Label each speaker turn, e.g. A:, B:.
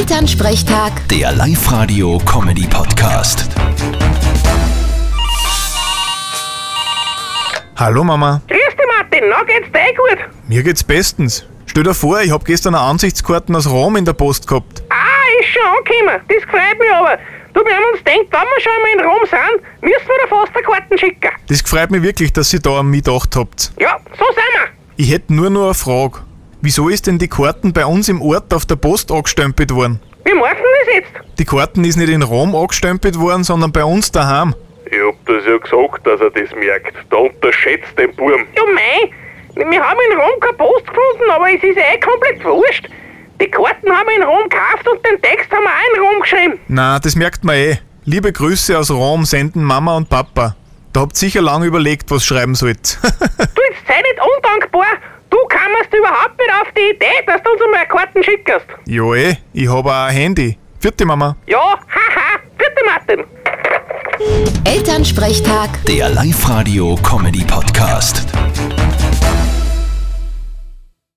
A: Elternsprechtag,
B: Der Live-Radio-Comedy-Podcast.
C: Hallo Mama,
D: Grüß dich, Martin. Na, geht's dir eh gut?
C: mir geht's bestens. Stell dir vor, ich hab gestern eine Ansichtskarten aus Rom in der Post gehabt.
D: Ah, ist schon angekommen. Das freut mich aber. Du, wir haben uns gedacht, wenn wir schon einmal in Rom sind, müssen wir dir fast eine Karten schicken.
C: Das freut mich wirklich, dass ihr da an mich gedacht habt.
D: Ja, so sind wir.
C: Ich hätte nur noch eine Frage. Wieso ist denn die Karten bei uns im Ort auf der Post angestempelt worden?
D: Wie machen wir das jetzt?
C: Die Karten ist nicht in Rom angestempelt worden, sondern bei uns daheim.
E: Ich hab das ja gesagt, dass er das merkt. Da unterschätzt den Burm.
D: Ja, mei. Wir haben in Rom keine Post gefunden, aber es ist eh komplett wurscht. Die Karten haben wir in Rom gekauft und den Text haben wir auch in Rom geschrieben.
C: Na, das merkt man eh. Liebe Grüße aus Rom senden Mama und Papa. Da habt sicher lange überlegt, was schreiben sollt.
D: Du, jetzt sei nicht undankbar. Du kamst überhaupt nicht auf die Idee, dass du uns einmal Karten schickst.
C: jo eh, ich hab auch ein Handy. Vierte Mama.
D: Ja, haha. Bitte, Martin.
A: Elternsprechtag.
B: Der Live-Radio-Comedy-Podcast.